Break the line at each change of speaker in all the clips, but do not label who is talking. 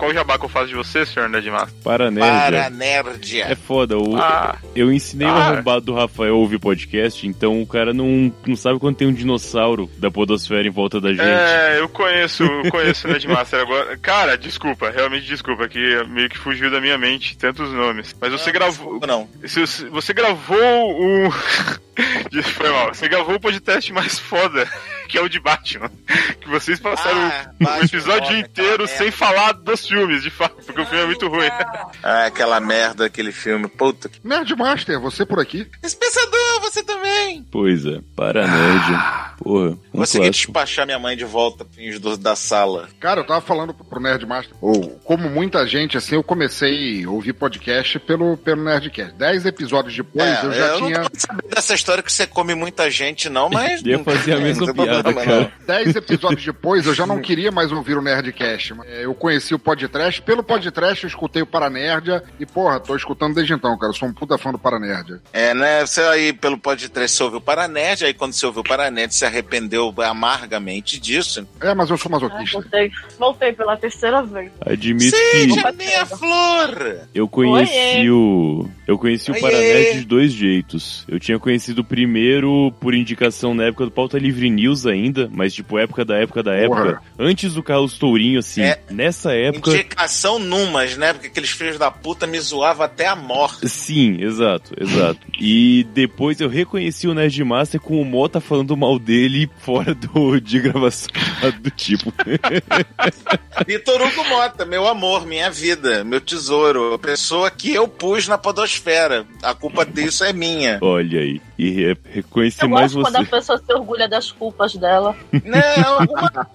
o jabá que eu faço de você, senhor Nerdmar?
né?
Paranerdia. É
Paranerdia.
foda. O,
Ah.
Eu ensinei o
Ah.
arrombado do Rafael a ouvir podcast, então o cara não, não sabe quando tem um dinossauro da podosfera em volta da gente.
É, eu conheço, eu conheço o Nerdmaster agora. Cara, desculpa, realmente desculpa, que meio que fugiu da minha mente tantos nomes. Mas você
Não,
gravou.
Não.
se- se- Você gravou um. Foi mal. Você gravou o podcast mais foda, que é o de Batman. Que vocês passaram
Ah,
o
Batman,
episódio
aquela
inteiro
merda.
sem falar dos filmes, de fato, porque o filme é muito ruim.
Ah, aquela merda, aquele filme. Puta que.
Nerdmaster, você por aqui.
Dispensador, você também!
Pois é,
Ah.
Paranerdia. Porra, um
Consegui
clássico.
despachar minha mãe de volta pros do- da sala.
Cara, eu tava falando pro Nerdmaster, ou como muita gente, assim, eu comecei a ouvir podcast pelo, pelo Nerdcast. Dez episódios depois,
É,
eu já
eu não
tinha...
Dessa história que você come muita gente, não, mas.
Ia fazer a mesma
né? Não tem
piada,
problema,
cara.
não.
Dez episódios depois, eu já não queria mais ouvir o Nerdcast. mas, é, Eu conheci o Podtrash. Pelo Podtrash, eu escutei o Paranerdia. E, porra, tô escutando desde então, cara. Eu sou um puta fã do Paranerdia.
É, né? Você aí pelo podcast você ouviu o Paranerd, aí quando você ouviu o Paranerd, se arrependeu amargamente disso.
É, mas eu sou
Ah,
masoquista.
voltei, voltei pela terceira vez.
Admito que
Seja minha flor!
Eu conheci
Oiê.
o. Eu conheci o
Oiê.
Paranet de dois jeitos. Eu tinha conhecido o primeiro por indicação na época do Pauta Livre News ainda, mas tipo, época da época da
Porra.
época. Antes do Carlos Tourinho, assim,
É.
nessa época.
Indicação numas, né? Porque aqueles filhos da puta me zoavam até a morte.
Sim, exato, exato. E depois eu reconheci o Nerd Master com o Mota falando mal dele fora do, de gravação do tipo.
Vitor Hugo Mota, meu amor, minha vida, meu tesouro, a pessoa que eu pus na podosfera. A culpa disso é minha.
Olha aí. E re- reconheci
eu
mais
gosto
você.
quando a pessoa se orgulha das culpas dela.
Não, alguma-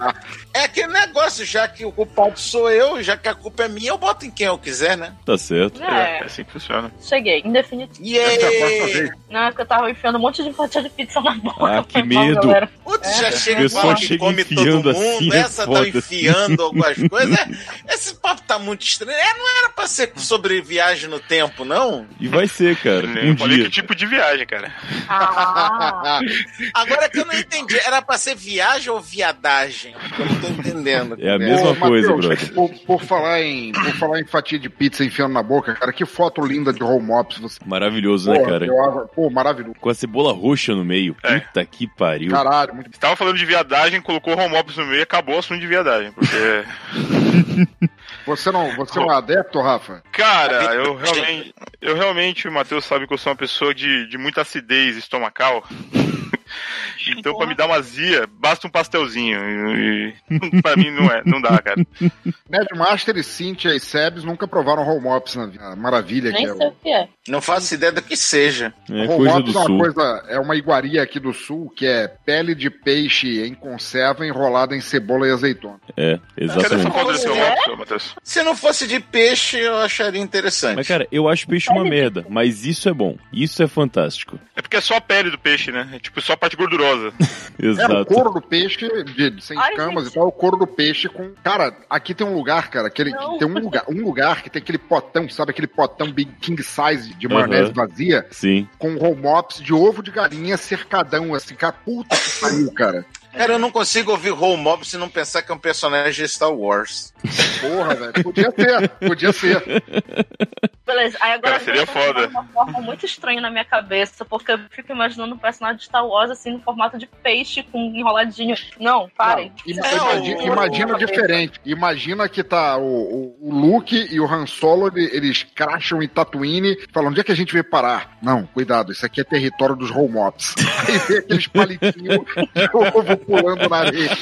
é aquele negócio, já que o culpado sou eu, já que a culpa é minha, eu boto em quem eu quiser, né?
Tá certo.
É,
É,
é assim que funciona.
cheguei, em definitivo.
Yeeey!
Na época eu tava enfiando um monte de fatia de pizza na boca.
Ah, que
foi mal,
medo.
galera.
Outros
É.
já chega e
Pessoa
fala que
chega
come todo
enfiando
mundo,
assim, é
essa tá
foda.
enfiando algumas coisas. É, Esse papo tá muito estranho. É, não era pra ser sobre viagem no tempo, não?
E vai ser, cara. Um
Olha
dia.
que tipo de viagem, cara.
Ah,
Agora que eu não entendi, era pra ser viagem ou viadagem? Eu não tô entendendo.
É a
né?
mesma
Ô,
coisa,
Matheus,
brother.
Por, por falar em, por falar em fatia de pizza enfiando na boca, cara, que foto linda de home ops você.
Maravilhoso, né,
Porra,
cara?
eu acho- pô, maravilhoso.
Com a cebola roxa no meio.
É.
Puta que pariu.
Caralho, muito
Você tava falando de viadagem, colocou o home office no meio e acabou o assunto de viadagem. Porque.
Você não, você é um adepto, Rafa?
Cara, eu realmente. Eu realmente, o Matheus sabe que eu sou uma pessoa de, de muita acidez estomacal. Então, pra me dar uma zia, basta um pastelzinho. E, e pra mim não é, não dá, cara.
Nerdmaster e Cynthia e Sebs nunca provaram home ops na vida. A maravilha
nem
que é.
sei o que é.
Não faço ideia do que seja.
É
home
coisa do
ops é uma
sul.
coisa, é uma iguaria aqui do sul que é pele de peixe em conserva enrolada em cebola e azeitona.
É,
Cadê essa
exatamente.
foto desse home office, Matheus?
Se não fosse de peixe, eu acharia interessante.
Mas, cara, eu acho
Tá
peixe uma merda, mas isso é bom. Isso é fantástico.
É porque é só a pele do peixe, né? É tipo só a parte gordurosa.
É o
Exato.
couro do peixe, de, de- sem
Ai,
escamas
gente.
e tal, o couro do peixe com. Cara, aqui tem um lugar, cara, aquele,
Não.
tem um lugar, um lugar que tem aquele potão, sabe aquele potão big king size de maionese
Aham.
vazia,
Sim.
com um home ops de ovo de galinha cercadão, assim, cara, puta que pariu, cara.
Cara, eu não consigo ouvir Home Mob se não pensar que é um personagem de Star Wars.
Porra, velho, podia ser, podia ser.
Beleza, aí agora
Cara, seria
eu tô pensando
foda.
de uma forma muito estranha na minha cabeça, porque eu fico imaginando um personagem de Star Wars assim, no formato de peixe com um enroladinho. Não, parem.
Não, ima-
É,
imagina,
o-
imagina
o-
diferente. Imagina que tá o, o, o Luke e o Han Solo, ele- eles cracham em Tatooine, falam, onde é que a gente veio parar? Não, cuidado, isso aqui é território dos Homops. Aí vê aqueles palitinhos de ovo pulando na areia,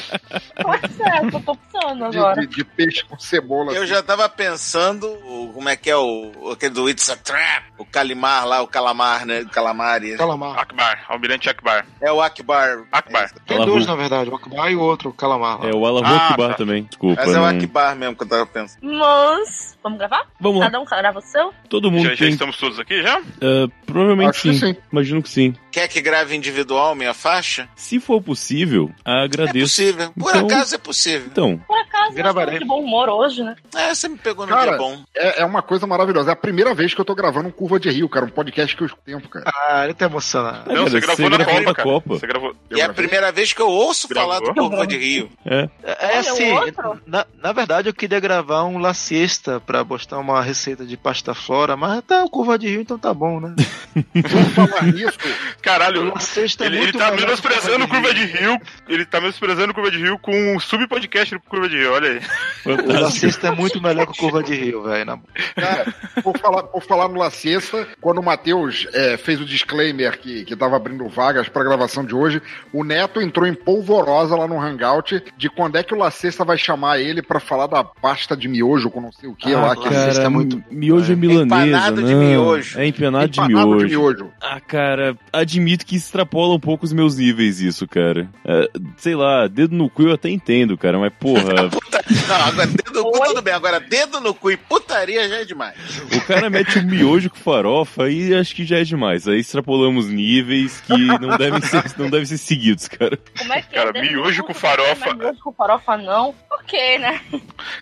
Pode ser, é eu tô pensando agora.
de, de- de peixe com cebola.
Eu
assim.
já tava pensando, o- como é que é o aquele do It's a Trap, o Calimar lá, o Calamar, né? Calamari.
Calamar.
Akbar, Almirante Akbar.
É o Akbar.
Akbar.
Tem
Alavu.
dois, na verdade, o Akbar e o outro, o Calamar. lá.
É o Alavô
Ah,
Bar
tá.
também. Desculpa.
Mas é o
não-
Akbar mesmo que eu tava pensando.
Mas. Vamos gravar?
Vamos lá.
Cada um grava o seu?
Todo mundo
Já, já
tem.
estamos todos aqui já?
ah, provavelmente
Acho que assim,
sim.
sim.
Imagino que sim.
Quer que grave individual minha faixa?
Se for possível, possível. Agradeço.
É possível. Por
Então-
acaso é possível.
Então,
Por acaso, eu
Gravarei.
estou de bom humor hoje, né?
É, você me pegou no
Cara,
dia bom.
É, é uma coisa maravilhosa. É a primeira vez que eu tô gravando um Curva de Rio, cara. Um podcast que eu tempo, cara.
Ah, ele tá emocionado.
Não,
cara,
você gravou na
gravou
Copa,
na
cara.
Copa.
Você gravou.
E é a primeira vez que eu ouço
Gravou?
falar do Curva de Rio.
é.
Olha,
É
o
assim,
outro?
na, na verdade eu queria gravar um La Siesta pra postar uma receita de pasta flora, mas tá o curva de rio, então tá bom, né?
Por falar nisso,
Caralho,
La Siesta é
ele, ele
muito
tá
melhor que
menosprezando Curva
Rio.
de Rio. Ele tá menosprezando Curva de Rio com um sub-podcast do Curva de Rio, olha aí.
O La
Fantástico.
Siesta é muito melhor que o curva de rio, velho. na boa.
cara, por falar, por falar no La Cesta, quando o Matheus é, fez o disclaimer que, que tava abrindo vagas pra gravação de hoje, o Neto entrou em polvorosa lá no Hangout de quando é que o La Cesta vai chamar ele pra falar da pasta de miojo com não sei o que
Ah,
lá. Que
cara,
cara,
é
muito...
muito-
miojo é milanesa,
Empanado de
não.
miojo.
É empanado, de
empanado
miojo. Ah, cara, admito que extrapola um pouco os meus níveis isso, cara. É, sei lá, dedo no cu eu até entendo, cara, mas porra,
Puta... Não, agora dedo no cu,
Oi?
tudo bem. Agora dedo no cu e putaria já é demais.
o cara mete um miojo com farofa e acho que já é demais. Aí extrapolamos níveis que não devem ser, não devem ser seguidos, cara.
Como é que
Cara,
é? Dentro do
miojo
cu
com
você não
farofa.
é Miojo com farofa, não. Ok, né?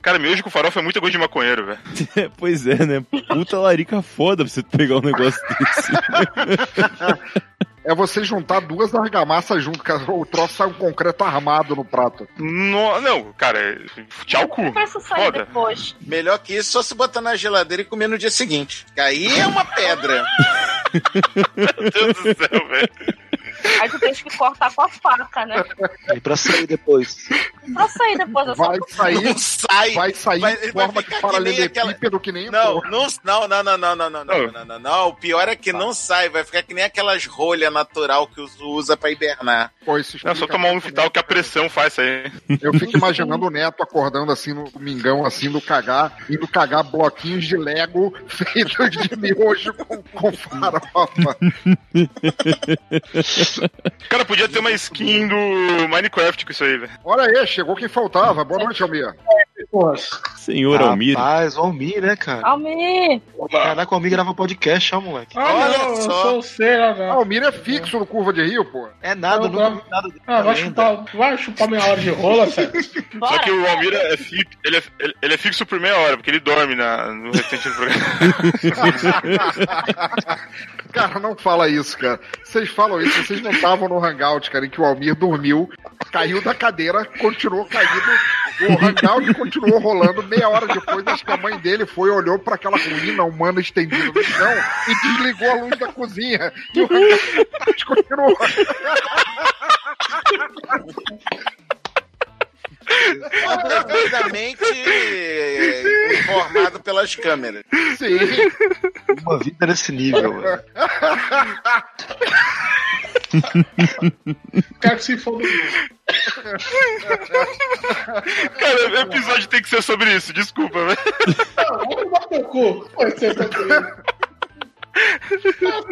Cara, miojo com farofa é muito gosto de maconheiro, velho.
É, pois é, né? Puta larica foda pra você pegar um negócio desse.
É você juntar duas argamassas junto, cara. O troço sai um concreto armado no prato.
No- Não, cara, é- tchau cu.
Pra isso sair
Foda.
depois.
Melhor que isso, só se botar na geladeira e comer no dia seguinte. Que Aí é uma pedra.
Meu Deus do céu, velho.
Aí tu tem que cortar com a faca, né?
E pra sair depois.
Pra sair depois dessa
Vai sair,
Não sai.
vai sair
Vai-
em
vai
forma
ficar
de
que nem
paralelepípedo que nem
Não,
porra.
não, não, não, não, não, não, não, não, não, não, não. O pior é que não sai, vai ficar que nem aquelas rolhas natural que uso- usa pra hibernar.
Pô, isso
Não,
explica
só tomar um
muito,
fital
né?
que a pressão faz isso aí.
Eu fico imaginando o Neto acordando assim no mingão, assim, do cagar, indo cagar bloquinhos de Lego feitos de miojo com, com farofa.
Cara, podia ter uma skin do Minecraft com isso aí, velho.
Olha aí, chegou quem faltava. Boa noite, Almir.
Senhor Almir.
Rapaz, o Almir, né, cara?
Almi!
Caraca, o Almir grava podcast, ó, moleque.
Ah,
Olha
não,
só.
eu sou o Cera,
Ah,
velho.
Almir é fixo no Curva de Rio, pô.
É nada,
Não,
nunca
não.
vi nada dele.
Ah, vai
Lenda.
chupar, vai chupar minha hora de rola, sério.
Bora!
Só que o Almir é fixo, ele é, ele- ele é fixo por meia hora, porque ele dorme na, no restante do programa.
Cara, não fala isso, cara. Vocês falam isso, vocês não estavam no hangout, cara, em que o Almir dormiu, caiu da cadeira, continuou caído. O hangout continuou rolando meia hora depois, acho que a mãe dele foi, olhou pra aquela ruína humana estendida no chão e desligou a luz da cozinha. E o hangout continuou.
Apropriadamente É eh, informado pelas câmeras.
Sim.
Uma vida nesse nível, velho.
Quero que se for do mundo.
Cara, o episódio tem que ser sobre isso, desculpa, velho.
Não, vai tomar teu cu. Vai ser teu cu.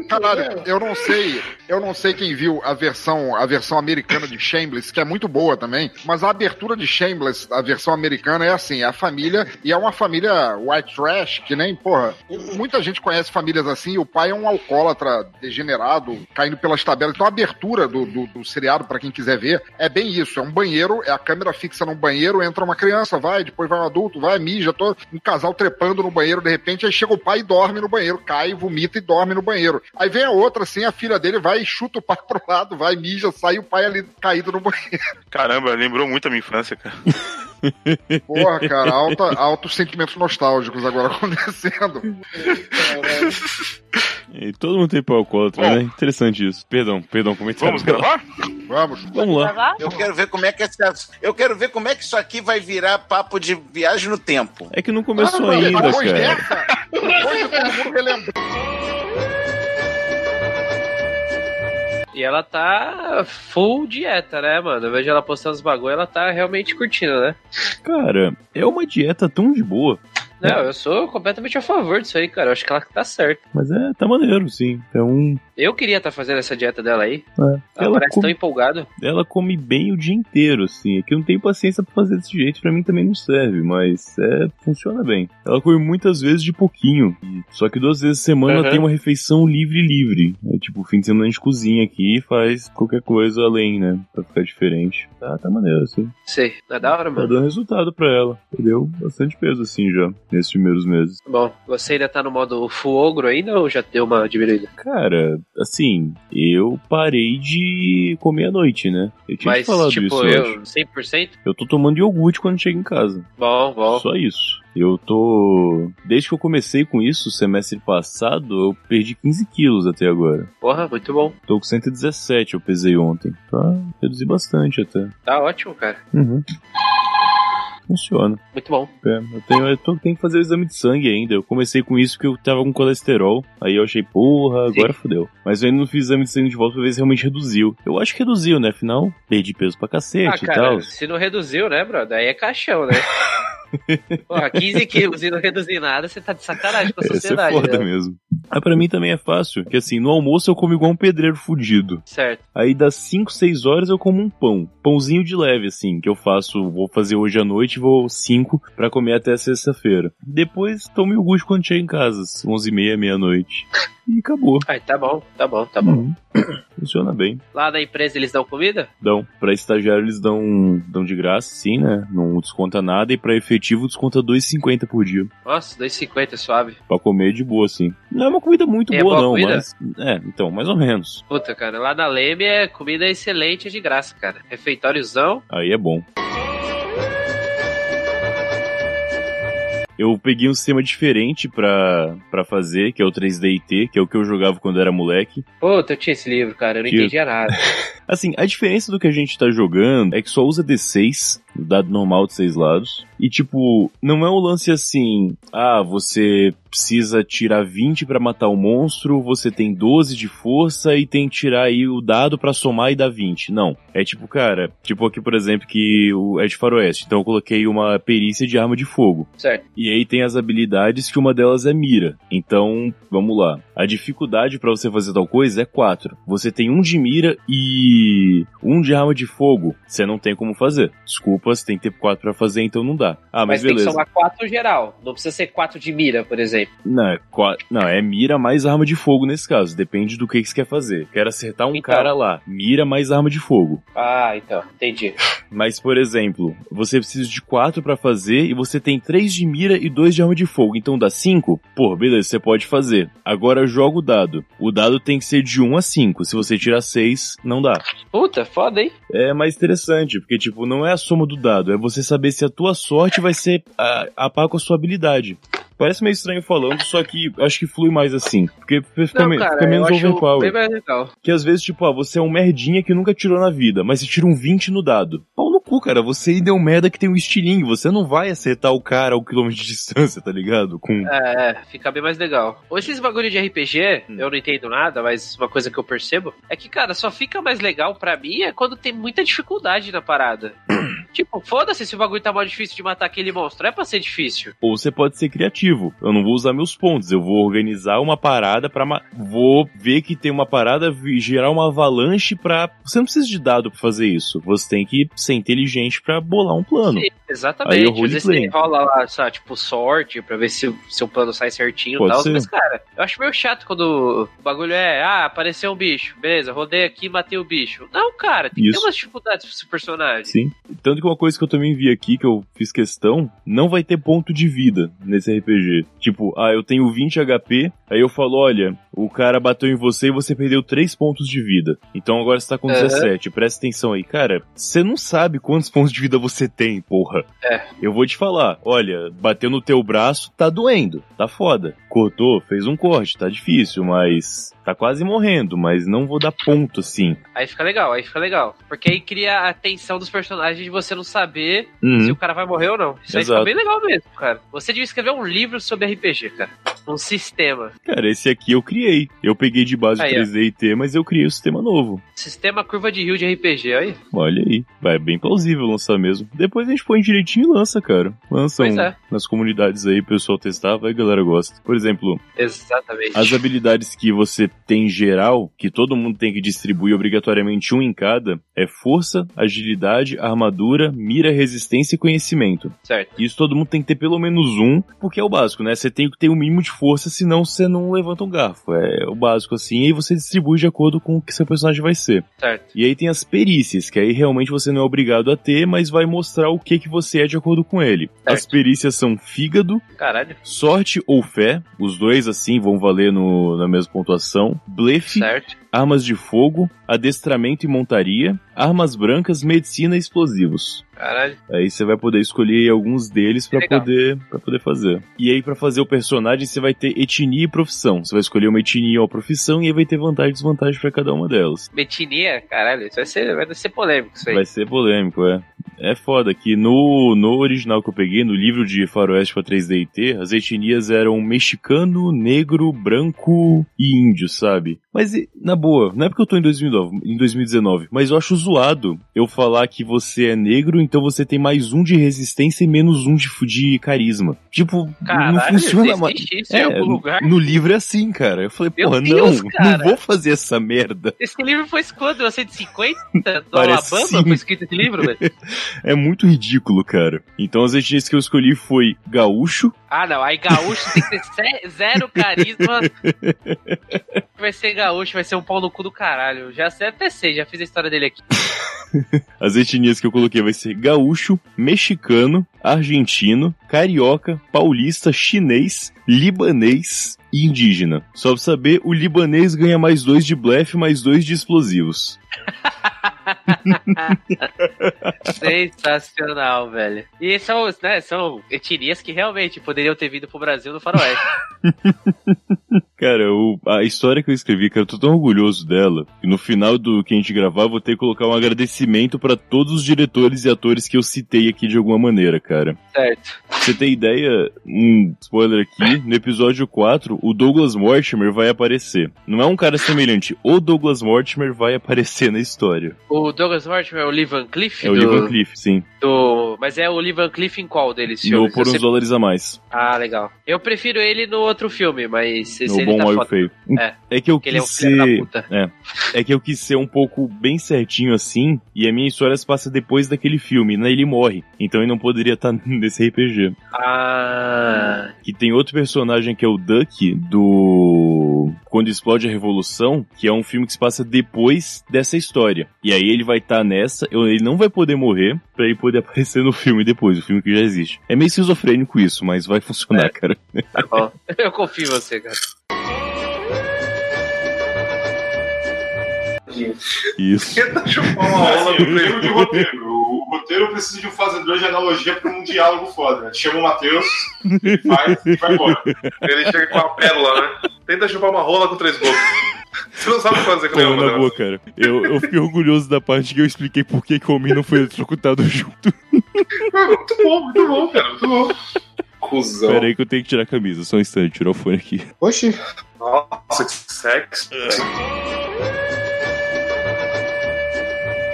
Caralho, eu não sei, eu não sei quem viu a versão, a versão americana de Shameless, que é muito boa também, mas a abertura de Shameless, a versão americana é assim, é a família, e é uma família white trash, que nem, porra, muita gente conhece famílias assim, e o pai é um alcoólatra degenerado, caindo pelas tabelas, então a abertura do, do, do seriado, pra quem quiser ver, é bem isso, é um banheiro, é a câmera fixa num banheiro, entra uma criança, vai, depois vai um adulto, vai, mija, tô um casal trepando no banheiro, de repente, aí chega o pai e dorme no banheiro, cai, vomita e dorme no banheiro. Aí vem a outra, assim, a filha dele vai e chuta o pai pro lado, vai, mija, sai o pai ali caído no banheiro.
Caramba, lembrou muito a minha infância, cara.
Porra, cara, alta, altos sentimentos nostálgicos agora acontecendo.
E todo mundo tem pau alcoólatra,
Bom.
né? Interessante isso. Perdão, perdão, comentário.
Vamos gravar?
Vamos.
Vamos lá.
Gravar?
Eu quero ver como é que essa, eu quero ver como é que isso aqui vai virar papo de viagem no tempo.
É que não começou
Ah,
ainda,
depois
cara.
né?
dessa, depois de todo mundo relembrando.
E ela tá full dieta, né, mano? Eu vejo ela postando os bagulho, ela tá realmente curtindo, né?
Cara, é uma dieta tão de boa. É.
Não, eu sou completamente a favor disso aí, cara. Eu acho que ela tá certa.
Mas é, tá maneiro, sim. Então,
Eu queria estar fazendo essa dieta dela aí.
É.
Ela,
Ela,
parece
come,
tão empolgada.
ela come bem o dia inteiro, assim. Aqui eu não tenho paciência pra fazer desse jeito, pra mim também não serve, mas é, funciona bem. Ela come muitas vezes de pouquinho. e- Só que duas vezes a semana ela
Uhum.
tem uma refeição livre, livre. É tipo, fim de semana a gente cozinha aqui e faz qualquer coisa além, né? Pra ficar diferente. Tá, tá maneiro, assim.
Sei, não é da hora,
Tá
mano.
dando resultado pra ela. Deu bastante peso, assim, já, nesses primeiros meses.
Bom, você ainda tá no modo full ogro ainda ou já deu uma diminuída?
Cara, assim, eu parei de comer à noite, né? Eu tinha te
Mas,
falado
tipo,
isso, eu
eu,
acho.
100%?
Eu tô tomando iogurte quando chego em casa.
Bom, bom.
Só isso. Eu tô. Desde que eu comecei com isso, semestre passado, eu perdi 15 quilos até agora.
Porra, muito bom.
Tô com 117, eu pesei ontem. Tá? Reduzi bastante até.
Tá ótimo, cara.
Uhum. Funciona.
Muito bom.
É, eu tenho, eu tô- tenho que fazer o exame de sangue ainda. Eu comecei com isso porque eu tava com colesterol. Aí eu achei, porra, agora fodeu. Mas eu ainda não fiz exame de sangue de volta pra ver se realmente reduziu. Eu acho que reduziu, né? Afinal, perdi peso pra
Ah,
cacete e
cara,
tal. É,
se não reduziu, né, brother? Aí é caixão, né? Porra, 15 quilos e não reduzir nada, você tá de sacanagem com a
É, Isso é
sociedade.
foda
né?
mesmo. Mas pra mim também é fácil, que assim, no almoço eu como igual um pedreiro fudido.
Certo.
Aí das 5, 6 horas eu como um pão. Pãozinho de leve, assim, que eu faço, vou fazer hoje à noite, vou 5 pra comer até sexta-feira. Depois tomo iogurte quando chego em casa, 11 e meia, meia-noite. E acabou.
Aí tá bom, tá bom, tá bom.
Uhum. Funciona bem.
Lá na empresa eles dão comida?
Dão. Pra estagiário eles dão, um, dão de graça, sim, né? Não desconta nada. E pra efetivo desconta 2,50 por dia.
Nossa, 2,50 suave.
Pra comer de boa, assim. Não é uma comida muito
É
boa,
boa
não,
comida?
mas. É, então, mais ou menos.
Puta, cara, lá na Leme é comida excelente é de graça, cara. Refeitóriozão.
Aí é bom. Eu peguei um sistema diferente pra, pra fazer, que é o 3DIT, que é o que eu jogava quando era moleque.
Puta, eu tinha esse livro, cara, eu não
Que-
entendia nada.
Assim, a diferença do que a gente tá jogando é que só usa D6, o dado normal de seis lados. E, tipo, não é um lance assim, ah, você precisa tirar 20 pra matar o monstro, você tem 12 de força e tem que tirar aí o dado pra somar e dar 20. Não. É tipo, cara, tipo aqui, por exemplo, que o- é de faroeste. Então eu coloquei uma perícia de arma de fogo.
Certo.
E aí tem as habilidades que uma delas é mira. Então, vamos lá. A dificuldade pra você fazer tal coisa é 4. Você tem um de mira e um de arma de fogo. Você não tem como fazer. Desculpa, você tem que ter 4 pra fazer, então não dá. Ah, mas,
Mas, tem que
beleza.
somar 4 geral. Não precisa ser 4 de mira, por exemplo.
Não, é qua- não, é mira mais arma de fogo nesse caso. Depende do que, que você quer fazer. Quero acertar um
Então.
cara lá. Mira mais arma de fogo.
Ah, então, entendi.
Mas, por exemplo, você precisa de quatro pra fazer e você tem três de mira e dois de arma de fogo. Então dá cinco? Pô, beleza, você pode fazer. Agora joga o dado. O dado tem que ser de um a cinco. Se você tirar seis, não dá.
Puta, foda, hein?
É mais interessante, porque, tipo, não é a soma do dado, é você saber se a tua sorte vai ser a, a par com a sua habilidade. Parece meio estranho falando, só que acho que flui mais assim. Porque fica,
Não,
me-
cara,
fica menos
eu acho
overpower.
bem mais legal.
Que às vezes, tipo, ah, você é um merdinha que nunca tirou na vida, mas você tira um 20 no dado. Pau no cu, cara, você ainda é um merda que tem um estilingue, você não vai acertar o cara a um quilômetro de distância, tá ligado? Com...
É, é, fica bem mais legal. Ou esses bagulho de RPG,
Hum.
eu não entendo nada, mas uma coisa que eu percebo é que, cara, só fica mais legal pra mim é quando tem muita dificuldade na parada. tipo, foda-se se o bagulho tá mal difícil de matar aquele monstro. É pra ser difícil.
Ou você pode ser criativo. Eu não vou usar meus pontos, eu vou organizar uma parada pra. ma- Vou ver que tem uma parada, vi- gerar uma avalanche pra. Você não precisa de dado pra fazer isso. Você tem que ser inteligente pra bolar um plano.
Sim,
Aí é
exatamente. Às vezes você
roleplay.
rola lá, sabe, tipo, sorte pra ver se o seu plano sai certinho e
Pode
tal.
ser.
Mas, cara, eu acho meio chato quando o bagulho é, ah, apareceu um bicho, beleza, rodei aqui e matei o bicho. Não, cara, tem que
Isso.
ter umas dificuldades pra esse personagem.
Sim. Tanto que uma coisa que eu também vi aqui, que eu fiz questão, não vai ter ponto de vida nesse RPG. Tipo, ah, eu tenho 20 HP, aí eu falo, olha, o cara bateu em você e você perdeu 3 pontos de vida. Então agora você tá com
Aham.
17, presta atenção aí. Cara, você não sabe quantos pontos de vida você tem, porra.
É.
Eu vou te falar, olha, bateu no teu braço, tá doendo, tá foda. Cortou, fez um corte, tá difícil, mas tá quase morrendo, mas não vou dar ponto assim.
Aí fica legal, aí fica legal. Porque aí cria a tensão dos personagens de você não saber
Uhum.
se o cara vai morrer ou não. Isso aí
Exato.
fica bem legal mesmo, cara. Você devia escrever um livro sobre RPG, cara. Um sistema.
Cara, esse aqui eu criei. Eu peguei de base
Aí, ó.
3D e T, mas eu criei o sistema novo.
Sistema curva de rio de RPG, aí.
Olha aí. Vai bem plausível lançar mesmo. Depois a gente põe direitinho e lança, cara. Lança
Pois
um-
é.
nas comunidades aí, o pessoal testar, vai, a galera gosta. Por exemplo,
Exatamente.
As habilidades que você tem em geral, que todo mundo tem que distribuir obrigatoriamente um em cada, é força, agilidade, armadura, mira, resistência e conhecimento.
Certo.
Isso todo mundo tem que ter pelo menos um, porque é o básico, né? Você tem que ter o mínimo de força, senão você não levanta um garfo. É o básico assim, e aí você distribui de acordo com o que seu personagem vai ser.
Certo.
E aí tem as perícias, que aí realmente você não é obrigado a ter, mas vai mostrar o que, que você é de acordo com ele. As perícias são fígado,
Caralho.
Sorte ou fé, os dois assim vão valer no- na mesma pontuação. Blefe,
Certo.
armas de fogo, adestramento e montaria, armas brancas, medicina e explosivos.
Caralho.
Aí você vai poder escolher alguns deles pra
Legal.
poder, pra poder fazer. E aí pra fazer o personagem você vai ter etnia e profissão. Você vai escolher uma etnia ou profissão e aí vai ter vantagem e desvantagem pra cada uma delas.
Betinia, caralho. Isso vai ser, vai ser polêmico isso aí.
Vai ser polêmico, é. É foda que no, no original que eu peguei, no livro de Faroeste pra 3D e T, as etnias eram mexicano, negro, branco e índio, sabe? Mas, e- na boa, não é porque eu tô em 2009, em 2019, mas eu acho zoado eu falar que você é negro, então você tem mais um de resistência e menos um de, fu- de carisma. Tipo,
Caralho,
não funciona mais.
existe isso em
É,
algum lugar?
no livro é assim, cara. Eu falei,
Meu
porra,
Deus,
não,
cara.
não vou fazer essa merda.
Esse livro foi quando? 1950? Do
Parece
Alabama
sim.
foi escrito esse livro, velho?
É muito ridículo, cara. Então as etnias que eu escolhi foi gaúcho,
Ah, não. Aí gaúcho tem que ter ze- zero carisma. Vai ser gaúcho, vai ser um pau no cu do caralho. Já sei até sei, já fiz a história dele aqui.
As etnias que eu coloquei vai ser gaúcho, mexicano, argentino, carioca, paulista, chinês, libanês e indígena. Só pra saber, o libanês ganha mais dois de blefe, mais dois de explosivos.
Sensacional, velho. E são, né, são etnias que realmente poderiam ter vindo pro Brasil no faroeste.
Cara, o- a história que eu escrevi, cara, eu tô tão orgulhoso dela. E no final do que a gente gravar, eu vou ter que colocar um agradecimento pra todos os diretores e atores que eu citei aqui de alguma maneira, cara.
certo.
Pra você ter ideia, um spoiler aqui, no episódio 4, o Douglas Mortimer vai aparecer. Não é um cara semelhante, o Douglas Mortimer vai aparecer na história.
O Douglas Mortimer é o Lee Van Cleef?
É o
do-
Ivan Cliff, sim.
do- Mas é o Lee Van Cleef em qual deles?
No
filmes?
Por
Eu
uns
sempre-
dólares a mais.
Ah, legal. Eu prefiro ele no outro filme, mas esse
No
ele
Bom
tá
Olho
foda.
Feio.
É,
É que eu
Porque ele é um
quis
filho da
ser.
puta.
É que eu quis ser um pouco bem certinho assim, e a minha história se passa depois daquele filme, né? Ele morre. Então ele não poderia estar nesse RPG.
Ah.
Que tem outro personagem que é o Duck, do. Quando Explode a Revolução, que é um filme que se passa depois dessa história. E aí ele vai estar nessa, eu- ele não vai poder morrer pra ele poder aparecer no filme depois, o filme que já existe. É meio esquizofrênico isso, mas vai
É.
funcionar, cara.
Tá bom. Eu confio em você, cara.
Isso.
Tenta chupar uma aula do livro é um de roteiro. O roteiro precisa de um fazedor de analogia pra um diálogo foda. Chama o Matheus, ele faz e vai embora. Ele chega com uma pérola, né? Tenta chupar uma rola com três gols. Você não sabe fazer com
Pô,
nenhuma
na
delas.
boa, cara. Eu, eu fiquei orgulhoso da parte que eu expliquei por que que o homem não foi eletrocutado junto.
Ah, Muito bom, muito bom, cara. Muito bom. Cusão.
Pera aí que eu tenho que tirar a camisa, só um instante, tirar o fone aqui.
Oxi.
Nossa, que sexo. Ah.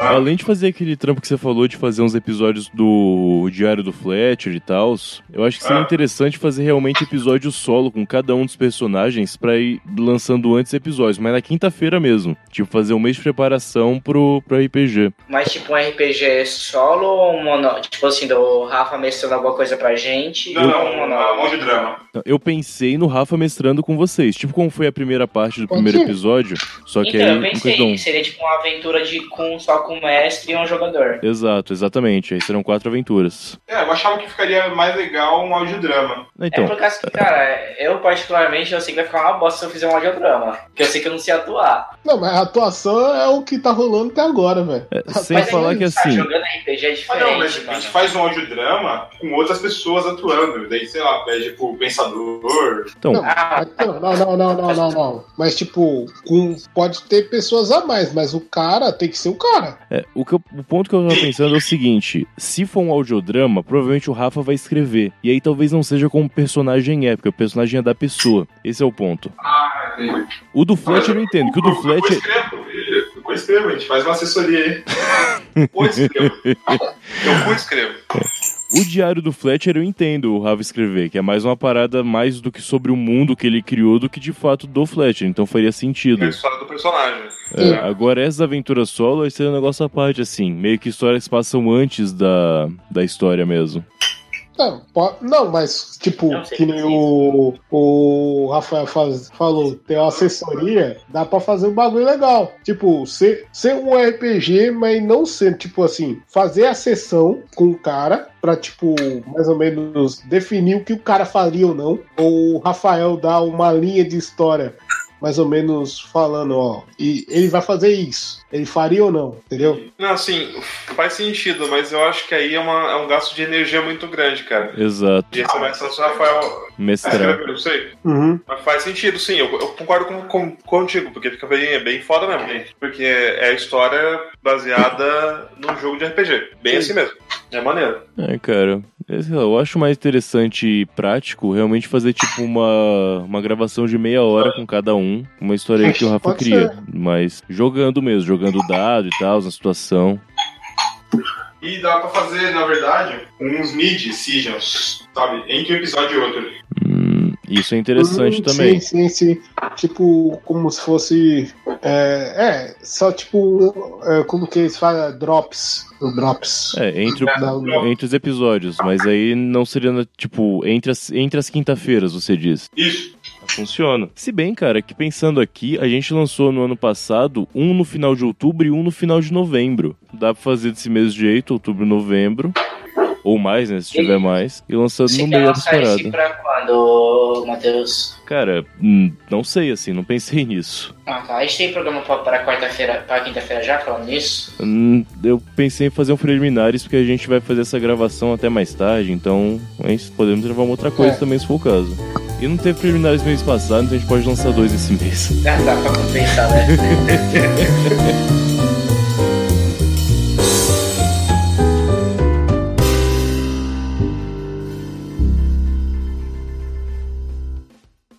Além de fazer aquele trampo que você falou de fazer uns episódios do Diário do Fletcher e tal, eu acho que seria
Ah.
interessante fazer realmente episódio solo com cada um dos personagens pra ir lançando antes episódios, mas na quinta-feira mesmo. Tipo, fazer um mês de preparação pro, pro RPG.
Mas tipo um RPG solo ou um monólogo? Tipo assim, do Rafa mestrando alguma coisa pra gente
Não, Ah,
ou um
não, não,
monólogo?
monte de drama.
Então, Eu pensei no Rafa mestrando com vocês, tipo como foi a primeira parte do primeiro
ser.
episódio, só que
então,
aí
eu
um cada um.
pensei, seria tipo uma aventura de Kun só com o mestre e um jogador.
Exato, exatamente. Aí serão quatro aventuras.
É, eu achava que ficaria mais legal um audiodrama.
Então,
é por causa que, cara, eu particularmente eu sei que vai ficar uma bosta se eu fizer um audiodrama. Porque eu sei que eu não sei atuar.
Não, mas a atuação é o que tá rolando até agora, velho.
é,
Rapaz,
sem
mas
falar
aí
que
não
Tá
assim.
jogando RPG é
Ah,
diferente,
não, mas a
mano.
gente faz um audiodrama com outras pessoas atuando. Daí, sei lá, pede pro pensador.
Então,
Não,
Ah,
mas- Não, não, não, não, não, não, não. Mas tipo, com- pode ter pessoas a mais, mas o cara tem que ser o cara.
É, o, que eu- o ponto que eu tava pensando é o seguinte: se for um audiodrama, provavelmente o Rafa vai escrever. E aí talvez não seja como o personagem é, porque o personagem é da pessoa. Esse é o ponto.
Ah, entendi.
O do Fletcher eu não entendo, que o do Fletcher.
Pô, escrevo, a gente faz uma assessoria aí. Pô, escrevo. Eu fui escrevo.
O diário do Fletcher eu entendo o Rafa escrever, que é mais uma parada mais do que sobre o mundo que ele criou do que de fato do Fletcher, então faria sentido.
História do personagem.
É, agora, essas aventuras solo, esse é um negócio à parte, assim. Meio que histórias que passam antes da, da história mesmo.
Não, po- não, mas tipo,
Não sei
que nem o, o Rafael faz- falou, tem uma assessoria, dá pra fazer um bagulho legal. Tipo, ser, ser um RPG, mas não ser, tipo assim, fazer a sessão com o cara pra, tipo, mais ou menos definir o que o cara faria ou não. Ou o Rafael dá uma linha de história. Mais ou menos falando, ó, e ele vai fazer isso, ele faria ou não, entendeu?
Não, assim, faz sentido, mas eu acho que aí é, uma- é um gasto de energia muito grande, cara.
Exato.
E aí você vai só se o Rafael.
Mestrar.
escreveu, não sei.
Uhum.
Mas faz sentido, sim, eu, eu concordo com, com- contigo, porque fica bem, é bem foda mesmo. gente. Porque é, é a história baseada num jogo de RPG. Bem assim mesmo. É maneiro.
É, cara. eu sei lá, Eu acho mais interessante e prático realmente fazer, tipo, uma, uma gravação de meia hora com cada um. Uma história aí que o Rafa
Pode
cria.
ser.
Mas jogando mesmo, jogando dado e tal, na situação.
E dá pra fazer, na verdade, uns mid-seasons, sabe? Entre um episódio e outro.
Isso é interessante
Hum,
também.
Sim, sim, sim. Tipo, como se fosse. É, é, só tipo. é, como que eles falam? Drops. O drops.
É, entre, o-
Não.
entre os episódios, mas aí não seria, na- tipo, entre as, entre as quinta-feiras, você diz.
Isso.
Funciona. Se bem, cara, que pensando aqui, a gente lançou no ano passado um no final de outubro e um no final de novembro. Dá pra fazer desse mesmo jeito, outubro e novembro. Ou mais, né? Se tiver mais. E lançando
Se
no meio da
lançar esse
temporada.
pra quando, Matheus?
Cara, hum, não sei assim, não pensei nisso.
Ah, tá. A gente tem programa pra, pra quarta-feira, pra quinta-feira já, falando nisso?
Hum, eu pensei em fazer um preliminares porque a gente vai fazer essa gravação até mais tarde, então a gente- podemos gravar uma outra coisa
É.
também se for o caso. E não teve preliminares
Ah, tá,
mês passado, então a gente pode lançar dois esse mês.
Ah, dá pra compensar, né?